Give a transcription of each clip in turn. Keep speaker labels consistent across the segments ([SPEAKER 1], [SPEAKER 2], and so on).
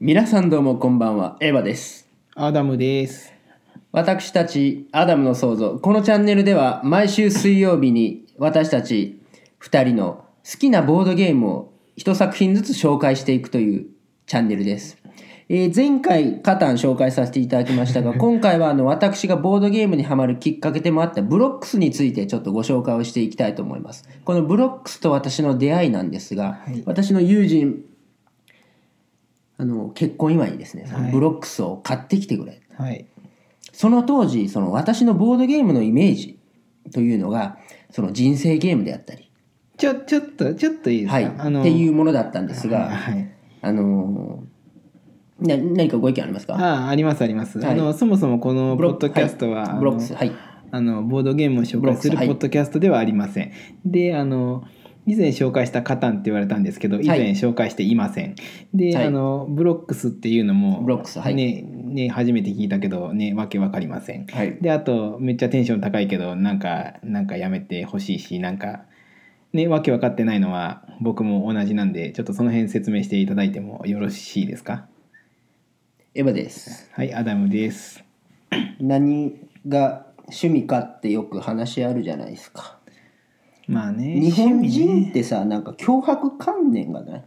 [SPEAKER 1] 皆さんどうもこんばんはエヴァです
[SPEAKER 2] アダムです。
[SPEAKER 1] 私たちアダムの創造このチャンネルでは毎週水曜日に私たち2人の好きなボードゲームを一作品ずつ紹介していくというチャンネルです、えー前回カタン紹介させていただきました が今回はあの私がボードゲームにはまるきっかけでもあったブロックスについてちょっとご紹介をしていきたいと思いますこのブロックスと私の出会いなんですが、
[SPEAKER 2] はい
[SPEAKER 1] 私の友人あの結婚祝いにですね、その
[SPEAKER 2] はい
[SPEAKER 1] ブロックスを買ってきてくれ
[SPEAKER 2] はい。
[SPEAKER 1] その当時その私のボードゲームのイメージというのがその人生ゲームであったり、
[SPEAKER 2] ちょ、ちょっと、ちょっといいですか。
[SPEAKER 1] はいっていううものだったんですが、
[SPEAKER 2] はい。
[SPEAKER 1] あのーな何かご意見ありますか
[SPEAKER 2] ああ、あります、あります。
[SPEAKER 1] はい
[SPEAKER 2] あの、そもそもこの
[SPEAKER 1] ブ
[SPEAKER 2] ポ
[SPEAKER 1] ロ
[SPEAKER 2] ッドキャストは、
[SPEAKER 1] はい
[SPEAKER 2] あの
[SPEAKER 1] ブロックスはい
[SPEAKER 2] あの、ボードゲームを紹介す
[SPEAKER 1] ブロックス
[SPEAKER 2] る
[SPEAKER 1] は
[SPEAKER 2] ポ
[SPEAKER 1] い
[SPEAKER 2] ッドキャストではありません。で、あの、以前紹介したカタンって言われたんですけど、以
[SPEAKER 1] は
[SPEAKER 2] 前
[SPEAKER 1] い
[SPEAKER 2] 紹介していません。で、
[SPEAKER 1] はい
[SPEAKER 2] あの、ブロックスっていうのも、
[SPEAKER 1] ブロックスはい
[SPEAKER 2] ね、ね、初めて聞いたけど、ね、わけわかりません。
[SPEAKER 1] はい
[SPEAKER 2] であとめっちゃテンション高いけどなんかなんかやめてほしいしなんかねわけ分かってないのは僕も同じなんでちょっとその辺説明していただいてもよろしいですか
[SPEAKER 1] エヴァです
[SPEAKER 2] はいアダムです
[SPEAKER 1] 何が趣味かってよく話あるじゃないですか
[SPEAKER 2] まあね
[SPEAKER 1] 日本
[SPEAKER 2] 趣味
[SPEAKER 1] 人っ
[SPEAKER 2] ね
[SPEAKER 1] てさなんか脅迫観念がない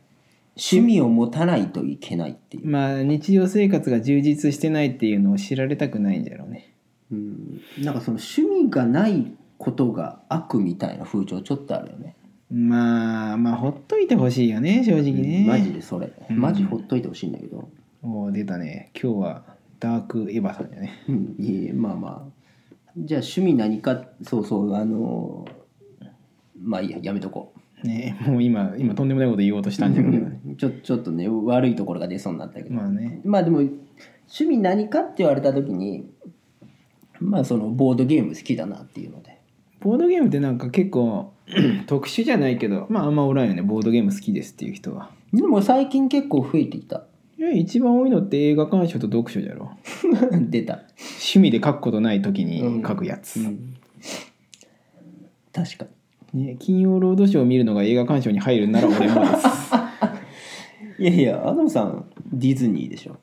[SPEAKER 1] 趣味を持たないといけないっていう、
[SPEAKER 2] まあ日常生活が充実してないっていうのを知られたくないんじゃろうね
[SPEAKER 1] うん、なんかその趣味がないことが悪みたいな風潮ちょっとあるよね
[SPEAKER 2] まあまあほっといてほしいよね正直ね、
[SPEAKER 1] マジでそれ
[SPEAKER 2] うん
[SPEAKER 1] マジほっといてほしいんだけど、
[SPEAKER 2] おー出たね今日はダークエヴァさんじゃね
[SPEAKER 1] うん、いえいえまあまあじゃあ趣味何かそうそうあのーまあいいややめとこ
[SPEAKER 2] ねもう今今とんでもないこと言おうとしたんじゃろうけ どね
[SPEAKER 1] うちょちょっとね悪いところが出そうになったけど、
[SPEAKER 2] まあね
[SPEAKER 1] まあでも趣味何かって言われた時にまあそのボードゲーム好きだなっていうので
[SPEAKER 2] ボードゲームってなんか結構 特殊じゃないけどまああんまおらんよねボードゲーム好きですっていう人は
[SPEAKER 1] でも最近結構増えてきた
[SPEAKER 2] いや一番多いのって映画鑑賞と読書じゃろ
[SPEAKER 1] 出た、
[SPEAKER 2] 趣味で書くことない時に書くやつ、
[SPEAKER 1] 確かに
[SPEAKER 2] ね、金曜ロードショーを見るのが映画鑑賞に入るなら俺もで す
[SPEAKER 1] いやいやアダムさんディズニーでしょ、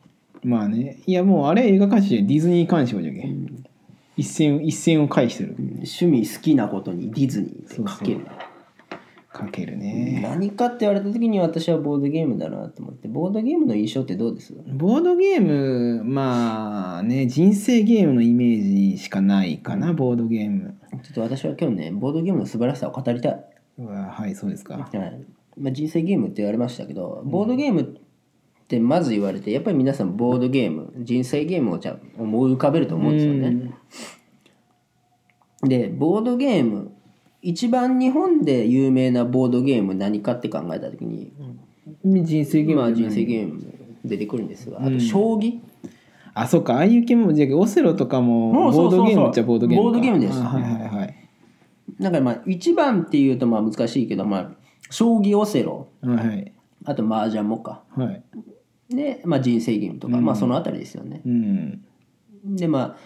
[SPEAKER 2] まあねいやもうあれ映画鑑賞じゃディズニー鑑賞じゃけ、
[SPEAKER 1] ん
[SPEAKER 2] 一線一線を介してる
[SPEAKER 1] 趣味好きなことにディズニーって書ける
[SPEAKER 2] そう書けるね、
[SPEAKER 1] 何かって言われた時に私はボードゲームだなと思ってボードゲームの印象ってどうです
[SPEAKER 2] ボードゲームまあね人生ゲームのイメージしかないかなボードゲーム
[SPEAKER 1] ちょっと私は今日ねボードゲームの素晴らしさを語りたい、
[SPEAKER 2] うわはいそうですか
[SPEAKER 1] はいまあ、人生ゲームって言われましたけどボードゲームってまず言われてやっぱり皆さんボードゲーム人生ゲームをじゃ思い浮かべると思うんですよね、
[SPEAKER 2] うん
[SPEAKER 1] でボードゲーム一番日本で有名なボードゲーム何かって考えた時に
[SPEAKER 2] 人生ゲーム
[SPEAKER 1] 今は人生ゲーム出てくるんですがあ
[SPEAKER 2] う
[SPEAKER 1] と
[SPEAKER 2] ん
[SPEAKER 1] 将棋、
[SPEAKER 2] あそうかああいう系もじゃあオセロとか
[SPEAKER 1] う
[SPEAKER 2] も
[SPEAKER 1] んそう
[SPEAKER 2] ボー
[SPEAKER 1] そうそう
[SPEAKER 2] ドゲームっちゃボードゲームか
[SPEAKER 1] ボードゲームです
[SPEAKER 2] あはいはいはい
[SPEAKER 1] なんかまあ一番っていうとまあ難しいけどまあ将棋オセロ
[SPEAKER 2] はいはい
[SPEAKER 1] あと麻雀もか
[SPEAKER 2] はい
[SPEAKER 1] で、まあ、人生ゲームとか、
[SPEAKER 2] うん
[SPEAKER 1] まあそのあたりですよね
[SPEAKER 2] うん
[SPEAKER 1] でまあ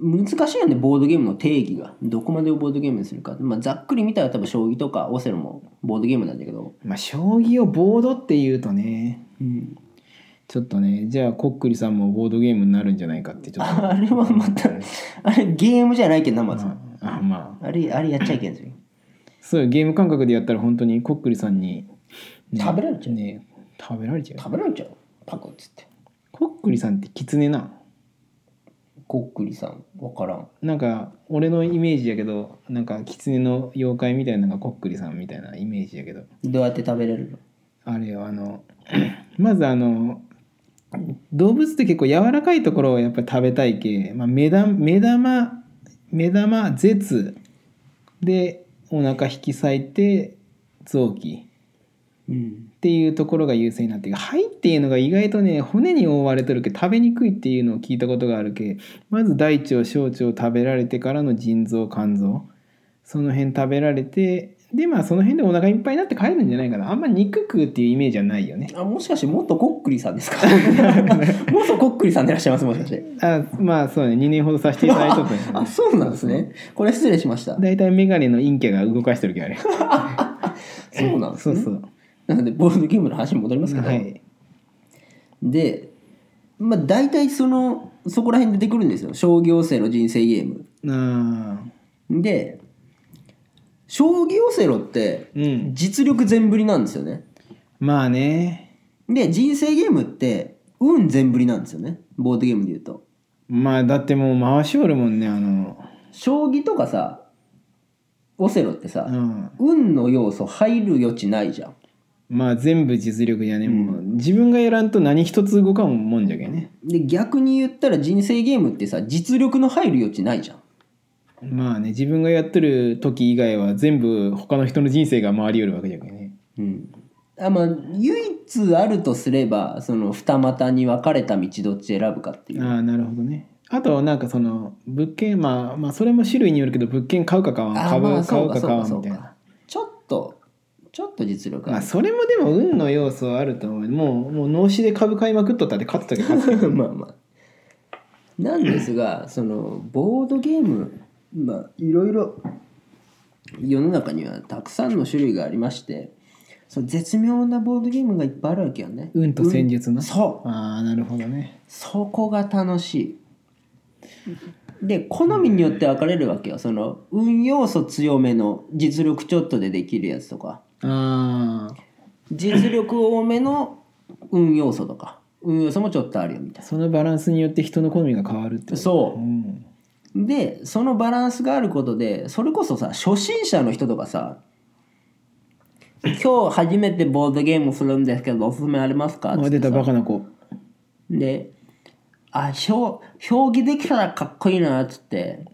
[SPEAKER 1] 難しいよねボードゲームの定義がどこまでをボードゲームにするか、まあ、ざっくり見たら多分将棋とかオセロもボードゲームなんだけど、
[SPEAKER 2] まあ将棋をボードっていうとね
[SPEAKER 1] うん、
[SPEAKER 2] ちょっとねじゃあこっくりさんもボードゲームになるんじゃないかってちょっと
[SPEAKER 1] あれはまたあれゲームじゃないけどなまず、
[SPEAKER 2] あまあ
[SPEAKER 1] あれあれやっちゃいけんすよ
[SPEAKER 2] そういうゲーム感覚でやったら本当にこっくりさんに、
[SPEAKER 1] 食べられちゃう
[SPEAKER 2] ね食べられちゃう
[SPEAKER 1] 食べられちゃうパコっつって
[SPEAKER 2] こっくりさんってキツネな
[SPEAKER 1] こっくりさんわからん
[SPEAKER 2] なんか俺のイメージやけどなんかキツネの妖怪みたいなのがこっくりさんみたいなイメージやけど
[SPEAKER 1] どうやって食べれるの
[SPEAKER 2] あれよあの まずあの動物って結構柔らかいところをやっぱり食べたいけ、まあ、目玉目玉目玉舌でお腹引き裂いて臓器
[SPEAKER 1] うん
[SPEAKER 2] っていうところが優勢になってる肺っていうのが意外とね骨に覆われてるけ食べにくいっていうのを聞いたことがあるけまず大腸小腸を食べられてからの腎臓肝臓その辺食べられてでまあその辺でお腹いっぱいになって帰るんじゃないかなあんま肉食うっていうイメージはないよね
[SPEAKER 1] あもしかして元こっくりさん ですか元こっくりさんでいらっしゃいますもしかして
[SPEAKER 2] あまあそうね2年ほどさせていただいたとったんですよ
[SPEAKER 1] あ
[SPEAKER 2] ね
[SPEAKER 1] そうなんですねこれ失礼しました
[SPEAKER 2] 大体メガネの陰キャが動かしてるけどあれ
[SPEAKER 1] そうなんです
[SPEAKER 2] そう
[SPEAKER 1] ね
[SPEAKER 2] そう
[SPEAKER 1] なのでボードゲームの話に戻りますけど、
[SPEAKER 2] はい
[SPEAKER 1] で、まあ、大体そのそこら辺出てくるんですよ商業生の人生ゲーム
[SPEAKER 2] あ
[SPEAKER 1] で将棋オセロって
[SPEAKER 2] ーうん
[SPEAKER 1] 実力全振りなんですよね
[SPEAKER 2] まあね
[SPEAKER 1] で人生ゲームって運全振りなんですよねボードゲームでいうと
[SPEAKER 2] まあだってもう回しおるもんねあの
[SPEAKER 1] 将棋とかさオセロってさ、
[SPEAKER 2] うん
[SPEAKER 1] 運の要素入る余地ないじゃん
[SPEAKER 2] まあ全部実力じゃね、もう自分がやらんと何一つ動かんもんじゃけね
[SPEAKER 1] で逆に言ったら人生ゲームってさ実力の入る余地ないじゃん
[SPEAKER 2] まあね自分がやっとる時以外は全部他の人の人生が回りよるわけじゃけね
[SPEAKER 1] うんあまあ唯一あるとすればその二股に分かれた道どっち選ぶかっていう
[SPEAKER 2] ああなるほどねあとはなんかその物件まあまあそれも種類によるけど物件買うか買わん
[SPEAKER 1] あ
[SPEAKER 2] 株
[SPEAKER 1] ま
[SPEAKER 2] を
[SPEAKER 1] あ
[SPEAKER 2] 買
[SPEAKER 1] そううか
[SPEAKER 2] か
[SPEAKER 1] そう
[SPEAKER 2] 買わ
[SPEAKER 1] か
[SPEAKER 2] ん
[SPEAKER 1] そ
[SPEAKER 2] み
[SPEAKER 1] う
[SPEAKER 2] たいな
[SPEAKER 1] かちょっとちょっと実力
[SPEAKER 2] ま
[SPEAKER 1] あ
[SPEAKER 2] あ
[SPEAKER 1] る
[SPEAKER 2] それもでも運の要素はあると思うもうもう脳死で株買いまくっとったって勝ってたけ ど
[SPEAKER 1] まあまあなんですがそのボードゲームまあいろいろ世の中にはたくさんの種類がありましてその絶妙なボードゲームがいっぱいあるわけよね
[SPEAKER 2] 運と戦術の、
[SPEAKER 1] そう
[SPEAKER 2] ああなるほどね
[SPEAKER 1] そこが楽しいで好みによって分かれるわけよその運要素強めの実力ちょっとでできるやつとか
[SPEAKER 2] あ
[SPEAKER 1] 実力多めの運要素とか運要素もちょっとあるよみた
[SPEAKER 2] あ
[SPEAKER 1] い
[SPEAKER 2] そのバランスによって人の好みが変わるってこと
[SPEAKER 1] なそう
[SPEAKER 2] うん
[SPEAKER 1] でそのバランスがあることでそれこそさ初心者の人とかさ「今日初めてボードゲームするんですけどおすすめありますか?」
[SPEAKER 2] あ出たバカな子
[SPEAKER 1] で「あ表表記できたらかっこいいな」っつって、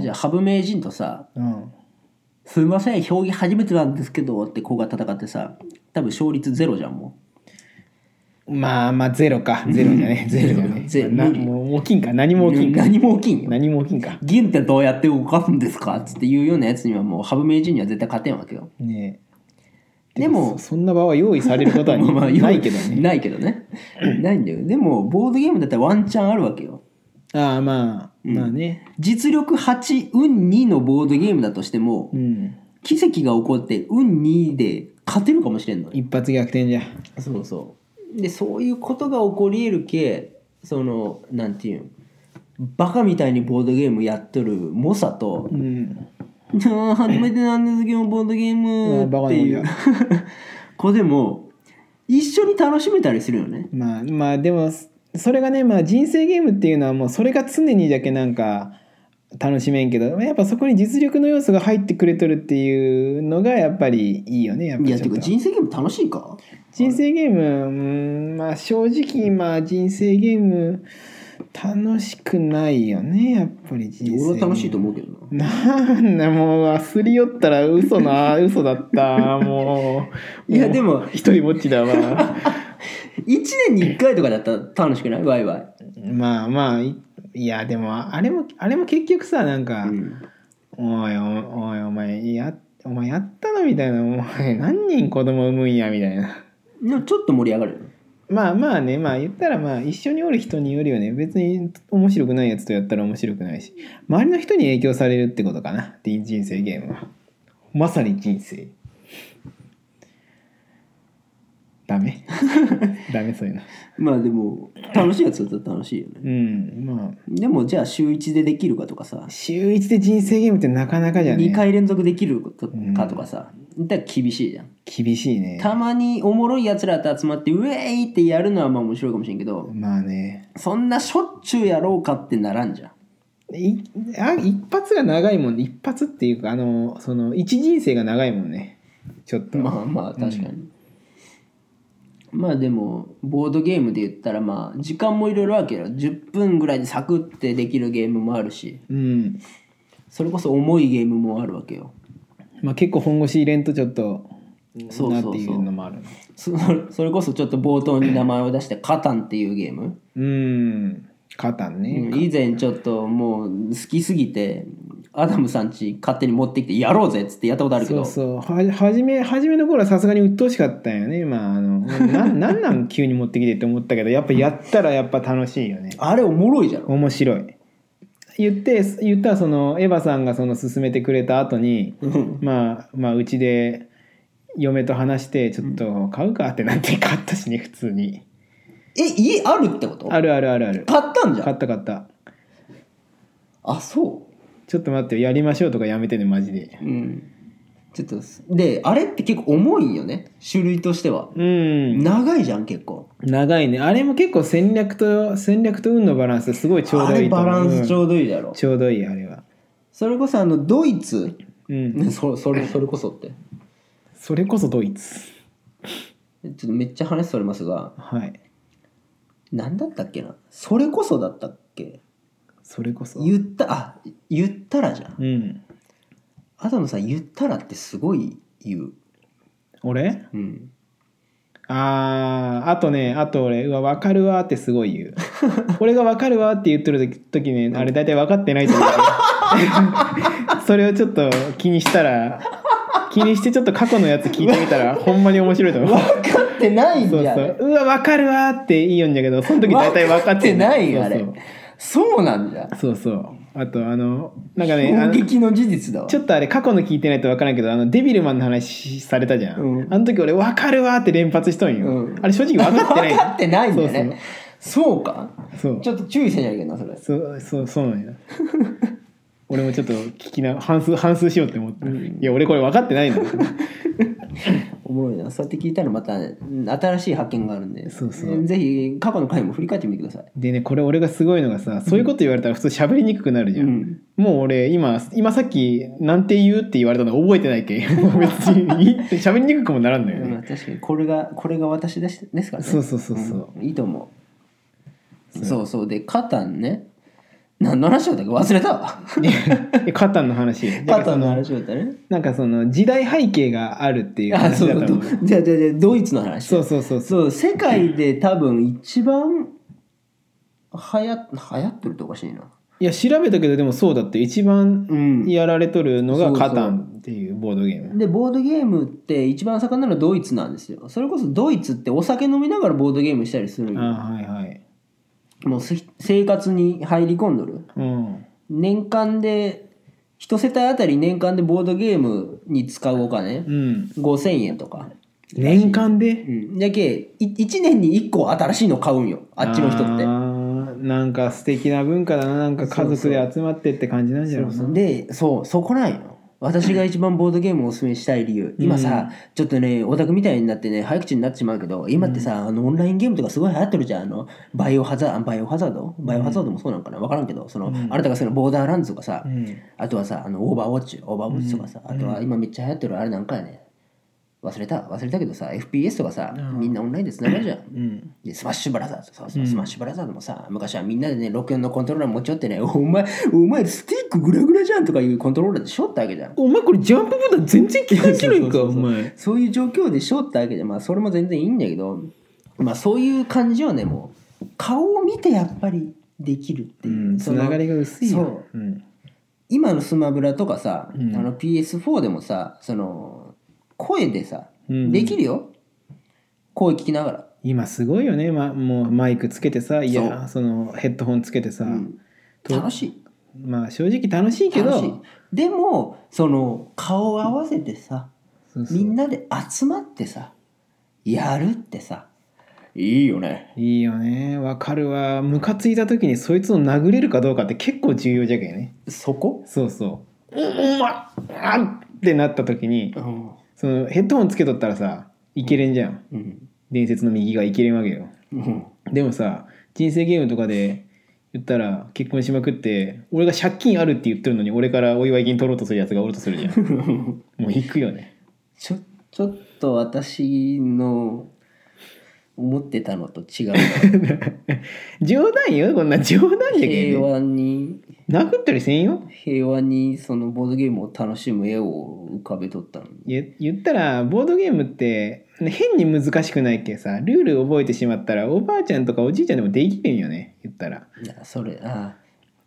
[SPEAKER 1] じゃあ羽生名人とさ
[SPEAKER 2] うん
[SPEAKER 1] 「すいません表記初めてなんですけど」って子が戦ってさ多分勝率ゼロじゃんも
[SPEAKER 2] まあまあゼロかゼロじゃねゼロじゃね
[SPEAKER 1] ゼロ
[SPEAKER 2] なもう大きいんか何も
[SPEAKER 1] う
[SPEAKER 2] 大きいんか
[SPEAKER 1] 何も起きんよ
[SPEAKER 2] 何も大きいんか
[SPEAKER 1] 銀ってどうやって動かすんですかっつって言うようなやつにはもう羽生名人には絶対勝てんわけよ
[SPEAKER 2] ねえ
[SPEAKER 1] でも
[SPEAKER 2] そそんな場は用意されることは
[SPEAKER 1] まあまあ
[SPEAKER 2] ないけど ね
[SPEAKER 1] ないけどね。 ないんだよ。でも、ボードゲームだったらワンチャンあるわけよ。
[SPEAKER 2] ああまあ、まあね
[SPEAKER 1] 実力8、運2のボードゲームだとしても
[SPEAKER 2] う、ん
[SPEAKER 1] 奇跡が起こって、運2で勝てるかもしれんのよ。
[SPEAKER 2] 一発逆転じゃ
[SPEAKER 1] そうそう。で、そういうことが起こり得るけ、その、なんていうん、バカみたいにボードゲームやっとる猛者と
[SPEAKER 2] う、ん
[SPEAKER 1] ああ、初めてなんですけど、ボードゲーム
[SPEAKER 2] うんバ
[SPEAKER 1] っ
[SPEAKER 2] カ
[SPEAKER 1] て
[SPEAKER 2] なもん
[SPEAKER 1] い
[SPEAKER 2] や
[SPEAKER 1] う 子でも、一緒に楽しめたりするよね。
[SPEAKER 2] まあまあでもそれがねまあ人生ゲームっていうのはもうそれが常にだけなんか楽しめんけどやっぱそこに実力の要素が入ってくれとるっていうのがやっぱりいいよねやっぱ
[SPEAKER 1] いや、
[SPEAKER 2] ちょ
[SPEAKER 1] て
[SPEAKER 2] っと
[SPEAKER 1] か人生ゲーム楽しいか
[SPEAKER 2] 人生ゲームうんまあ正直まあ人生ゲーム楽しくないよねやっぱり人生ゲーム
[SPEAKER 1] 俺は楽しいと思うけどな。
[SPEAKER 2] なんだもう忘れよったら嘘な嘘だったもうい
[SPEAKER 1] いやでも
[SPEAKER 2] 一人ぼっちだわ
[SPEAKER 1] 1年に1回とかだったら楽しくないワイワイ。
[SPEAKER 2] まあまあいいやでもあれもあれも結局さなんか、
[SPEAKER 1] うん
[SPEAKER 2] おいおおいお前やお前やったのみたいなお前何人子供産むんやみたいな
[SPEAKER 1] でもちょっと盛り上がるよね。
[SPEAKER 2] まあまあねまあ言ったらまあ一緒におる人によるよね別に面白くないやつとやったら面白くないし周りの人に影響されるってことかな人人生ゲームはまさに人生ダメ ダメそういうの
[SPEAKER 1] まあでも楽しいやつだったら楽しいよね。
[SPEAKER 2] うんま
[SPEAKER 1] でもじゃあ週1でできるかとかさ
[SPEAKER 2] あ、週一で人生ゲームってなかなかじゃね
[SPEAKER 1] 2回連続できるかとかさ、だから厳しいじゃん。
[SPEAKER 2] 厳しいね
[SPEAKER 1] たまにおもろいやつらと集まってウェイってやるのはまあ面白いかもしれんけど、
[SPEAKER 2] まあね
[SPEAKER 1] そんなしょっちゅうやろうかってならんじゃん。
[SPEAKER 2] いあ一発が長いもんね一発っていうかあのその一人生が長いもんねちょっと
[SPEAKER 1] まあまあ確かに、まあでもボードゲームで言ったらまあ時間もいろいろあるけど10分ぐらいでサクッてできるゲームもあるし
[SPEAKER 2] うん
[SPEAKER 1] それこそ重いゲームもあるわけよ
[SPEAKER 2] まあ、結構本腰入れんとちょっと
[SPEAKER 1] そう
[SPEAKER 2] な
[SPEAKER 1] そうそ
[SPEAKER 2] っ
[SPEAKER 1] う
[SPEAKER 2] ていうのもあるね
[SPEAKER 1] そそれこそちょっと冒頭に名前を出して「カタン」っていうゲーム
[SPEAKER 2] うんカタンね、
[SPEAKER 1] 以前ちょっともう好きすぎてアダムさんち勝手に持ってきて「やろうぜ」っつってやったことあるけ
[SPEAKER 2] そ
[SPEAKER 1] ど
[SPEAKER 2] うそうは初め初めの頃はさすがに鬱陶しかったんよねまああのな なんなん急に持ってきてって思ったけどやっぱやったらやっぱ楽しいよね
[SPEAKER 1] あれおもろいじゃろ、
[SPEAKER 2] 面白い言って言ったらそのエヴァさんがその勧めてくれた後にまあまあうちで嫁と話してちょっと買うかってなって買ったしね普通に
[SPEAKER 1] え家あるってこと
[SPEAKER 2] あるあるあるある
[SPEAKER 1] 買ったんじゃ
[SPEAKER 2] 買
[SPEAKER 1] ん
[SPEAKER 2] った買った
[SPEAKER 1] あそ
[SPEAKER 2] ちょっと待ってよやりましょうとかやめてねマジで
[SPEAKER 1] ううんちょっとであれって結構重いんよね種類としては、
[SPEAKER 2] うん
[SPEAKER 1] 長いじゃん結構
[SPEAKER 2] 長いねあれも結構戦略と戦略と運のバランスすごいちょう
[SPEAKER 1] あ
[SPEAKER 2] どい
[SPEAKER 1] れ
[SPEAKER 2] いと
[SPEAKER 1] バ
[SPEAKER 2] 思う
[SPEAKER 1] ランスちょうどいいだろ、
[SPEAKER 2] うんちょうどいいあれは
[SPEAKER 1] それこそあのドイツ、
[SPEAKER 2] うん
[SPEAKER 1] ね、そそれそれこそって
[SPEAKER 2] それこそドイツ
[SPEAKER 1] ちょっとめっちゃ話それますが
[SPEAKER 2] はい
[SPEAKER 1] 何だったっけなそれこそだったっけ
[SPEAKER 2] それこそ
[SPEAKER 1] 言ったあ言ったらじゃん
[SPEAKER 2] うん
[SPEAKER 1] アダムさん言ったらってすごい言う
[SPEAKER 2] 俺
[SPEAKER 1] うん
[SPEAKER 2] あーあとねあと俺「うわ分かるわ」ってすごい 言う俺が「分かるわ」って言ってる時時ねあれ大体分かってないと思う それをちょっと気にしたら気にしてちょっと過去のやつ聞いてみ たらほんまに面白いと思う
[SPEAKER 1] 分かってないん
[SPEAKER 2] そう
[SPEAKER 1] じゃん
[SPEAKER 2] そううわ分かるわって言いよんじゃけどその時大体分か
[SPEAKER 1] 分か
[SPEAKER 2] って
[SPEAKER 1] ってないよあれそうなんだ
[SPEAKER 2] そうそうそうそうあとあのなんかねあ
[SPEAKER 1] 衝
[SPEAKER 2] の
[SPEAKER 1] 撃の事実だわ
[SPEAKER 2] ちょっとあれ過去の聞いてないと分からんけどあのデビルマンの話されたじゃん、
[SPEAKER 1] うん
[SPEAKER 2] あの時俺「分かるわ」って連発しとんよ、
[SPEAKER 1] うん
[SPEAKER 2] あれ正直分かってない
[SPEAKER 1] 分かってないんだよねそうか
[SPEAKER 2] そう
[SPEAKER 1] ちょっと注意せなきゃいけないなそれ
[SPEAKER 2] そうそうそう なんや俺もちょっと聞きな反数反数しようって思った、いや俺これ分かってないんだ
[SPEAKER 1] おもろいなそうやって聞いたらまたうん新しい発見があるんで
[SPEAKER 2] そうそう
[SPEAKER 1] ぜひ過去の回も振り返ってみてください
[SPEAKER 2] でねこれ俺がすごいのがさそういうこと言われたら普通喋りにくくなるじゃん、
[SPEAKER 1] うん
[SPEAKER 2] もう俺今今さっき「なんて言う?」って言われたの覚えてないけん もう別にいい喋りにくくもならんのよ
[SPEAKER 1] ま
[SPEAKER 2] ね
[SPEAKER 1] あ確かにこれがこれが私ですですからね
[SPEAKER 2] そうそうそうそう、
[SPEAKER 1] んいいと思うそうそうでカタンね何の話だったっけ忘れ たわ
[SPEAKER 2] えカタンの話
[SPEAKER 1] カタンの話だったね
[SPEAKER 2] なんかその時代背景があるっていう
[SPEAKER 1] あそ
[SPEAKER 2] 話だ
[SPEAKER 1] う
[SPEAKER 2] と
[SPEAKER 1] ど
[SPEAKER 2] 思う
[SPEAKER 1] じゃあじゃあじゃあドイツの話
[SPEAKER 2] そうそうそうそう
[SPEAKER 1] そう世界で多分一番はや流行ってるっておかしいない
[SPEAKER 2] や調べたけどでもそうだって一
[SPEAKER 1] う
[SPEAKER 2] 番
[SPEAKER 1] ん
[SPEAKER 2] やられとるの
[SPEAKER 1] そ
[SPEAKER 2] が
[SPEAKER 1] うそう
[SPEAKER 2] カタンっていうボードゲーム
[SPEAKER 1] でボードゲームって一番盛んなのはドイツなんですよそれこそドイツってお酒飲みながらボードゲームしたりするんよ
[SPEAKER 2] あはいはい
[SPEAKER 1] もうす生活に入り込んどる
[SPEAKER 2] うん
[SPEAKER 1] 年間で一世帯あたり年間でボードゲームに使うお金
[SPEAKER 2] うん
[SPEAKER 1] 5,000円とか、
[SPEAKER 2] 年間
[SPEAKER 1] う
[SPEAKER 2] で
[SPEAKER 1] ん、だけ1年に1個新しいの買うんよあっちの人って
[SPEAKER 2] あーなんか素敵な文化だななんか家族で集まってって感じなんじゃろうな
[SPEAKER 1] でそうそこなんよ私が一番ボードゲームをおすすめしたい理由今さ、ちょっとねオタクみたいになってね早口になってしまうけど今ってさ、あのオンラインゲームとかすごい流行ってるじゃんあのバイオハザあバイオハザードバイオハザードもそうなんかな分からんけどその、あなたがそのボーダーランズとかさ、
[SPEAKER 2] うん
[SPEAKER 1] あとはさあのオーバーウォッチオーバーウォッチとかさ、あとは今めっちゃ流行ってるあれなんかやね忘れた忘れたけどさ FPS とかさ、みんなオンラインでつながるじゃん
[SPEAKER 2] うん
[SPEAKER 1] でスマッシュブラザーズそうそうスマッシュブラザーズもさ、昔はみんなでね64のコントローラー持ち寄ってね「お前お前スティックグラグラじゃん」とかいうコントローラーでしょったわけじゃん
[SPEAKER 2] お前これジャンプボタン全然聞かんけないんかお前
[SPEAKER 1] そういう状況でしょったわけでまあそれも全然いいんだけどまあそういう感じをねもう顔を見てやっぱりできるって
[SPEAKER 2] う
[SPEAKER 1] いう、
[SPEAKER 2] んつ
[SPEAKER 1] その
[SPEAKER 2] ながりが薄いよ
[SPEAKER 1] そ
[SPEAKER 2] うん
[SPEAKER 1] 今のスマブラとかさ、
[SPEAKER 2] うん
[SPEAKER 1] あの PS4 でもさその声でさ、
[SPEAKER 2] うん
[SPEAKER 1] できるよ声聞きながら
[SPEAKER 2] 今すごいよねまもうマイクつけてさい
[SPEAKER 1] そ
[SPEAKER 2] やそのヘッドホンつけてさ
[SPEAKER 1] ん
[SPEAKER 2] と
[SPEAKER 1] 楽しい
[SPEAKER 2] まあ正直楽しいけ
[SPEAKER 1] 楽しい
[SPEAKER 2] ど
[SPEAKER 1] でもその顔を合わせてさ
[SPEAKER 2] そうそう
[SPEAKER 1] みんなで集まってさやるってさいいよね
[SPEAKER 2] いいよねわかるわムカついた時にそいつを殴れるかどうかって結構重要じゃけんね
[SPEAKER 1] そこ、
[SPEAKER 2] そうそう「おお前あっ!」ってなった時に
[SPEAKER 1] うん
[SPEAKER 2] そのヘッドホンつけとったらさいけれんじゃん
[SPEAKER 1] うん
[SPEAKER 2] 伝説の右がいけれんわけよ
[SPEAKER 1] うん、
[SPEAKER 2] でもさ人生ゲームとかで言ったら結婚しまくって俺が借金あるって言ってるのに俺からお祝い金取ろうとするやつがおるとするじゃん もう引くよね
[SPEAKER 1] ちょちょっと私の思ってたのと違う
[SPEAKER 2] 冗談よこんな冗談じゃけ
[SPEAKER 1] 平
[SPEAKER 2] んね
[SPEAKER 1] 和に
[SPEAKER 2] 殴ったりせんよ
[SPEAKER 1] 平和にそのボードゲームを楽しむ絵を浮かべとったのに
[SPEAKER 2] 言言ったらボードゲームってね変に難しくないけさルール覚えてしまったらおばあちゃんとかおじいちゃんでもできるんよね言ったら
[SPEAKER 1] いやそれあ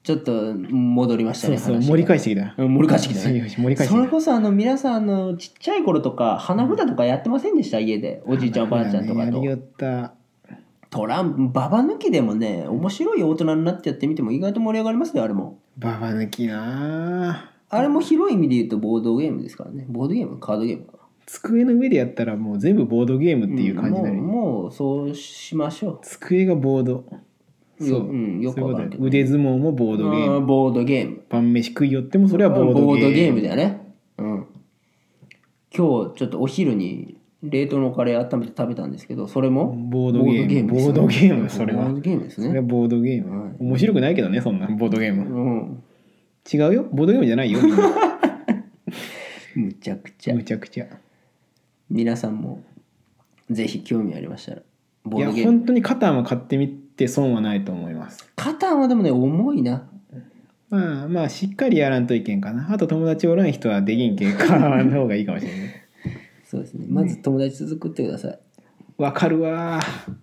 [SPEAKER 1] ちょっと戻りました
[SPEAKER 2] そ
[SPEAKER 1] ね
[SPEAKER 2] うそう
[SPEAKER 1] 話が
[SPEAKER 2] 盛り返してきた
[SPEAKER 1] うん盛り返してきたね
[SPEAKER 2] よし盛り返して
[SPEAKER 1] それ
[SPEAKER 2] きた
[SPEAKER 1] こそあの皆さんあのちっちゃい頃とか花札とかやってませんでした家でおじいちゃんおばあちゃんとか
[SPEAKER 2] やりよ
[SPEAKER 1] と
[SPEAKER 2] った
[SPEAKER 1] トランプババ抜きでもね面白い大人になってやってみても意外と盛り上がりますよあれも
[SPEAKER 2] ババ抜きなあ
[SPEAKER 1] あれも広い意味で言うとボードゲームですからねボードゲームカードゲームか
[SPEAKER 2] 机の上でやったらもう全部ボードゲームっていう感じになる、
[SPEAKER 1] もうもうそうしましょ
[SPEAKER 2] 机がボード
[SPEAKER 1] ううん、よくわかるけど
[SPEAKER 2] そういうことだよ腕相撲もボー
[SPEAKER 1] う
[SPEAKER 2] ドゲー
[SPEAKER 1] う
[SPEAKER 2] ム
[SPEAKER 1] んボードゲーム
[SPEAKER 2] 晩飯食いよってもそれはボード
[SPEAKER 1] ボー
[SPEAKER 2] ゲー
[SPEAKER 1] ド
[SPEAKER 2] ム
[SPEAKER 1] ゲームだよねうん今日ちょっとお昼に冷凍のカレー温めて食べたんですけどそれも
[SPEAKER 2] ボードゲーム
[SPEAKER 1] ボードゲームですよね
[SPEAKER 2] ボ
[SPEAKER 1] ボ
[SPEAKER 2] ー
[SPEAKER 1] ー
[SPEAKER 2] ド
[SPEAKER 1] ドゲームです
[SPEAKER 2] それは
[SPEAKER 1] ね
[SPEAKER 2] ボードゲーム、
[SPEAKER 1] はい
[SPEAKER 2] 面白くないけどねそんなボードゲー
[SPEAKER 1] う
[SPEAKER 2] ム
[SPEAKER 1] ん
[SPEAKER 2] 違うよボードゲームじゃないよ みんな
[SPEAKER 1] むちゃくちゃ
[SPEAKER 2] むちゃくちゃ
[SPEAKER 1] 皆さんもぜひ興味ありましたらボー
[SPEAKER 2] いや
[SPEAKER 1] ドゲーム
[SPEAKER 2] 本当にカタンは買ってみて損はないと思います
[SPEAKER 1] カタンはでもね重いな
[SPEAKER 2] まあまあしっかりやらんといけんかなあと友達おらん人はできんけん買わん方がいいかもしれない
[SPEAKER 1] そうですねまず友達作ってください
[SPEAKER 2] わかるわー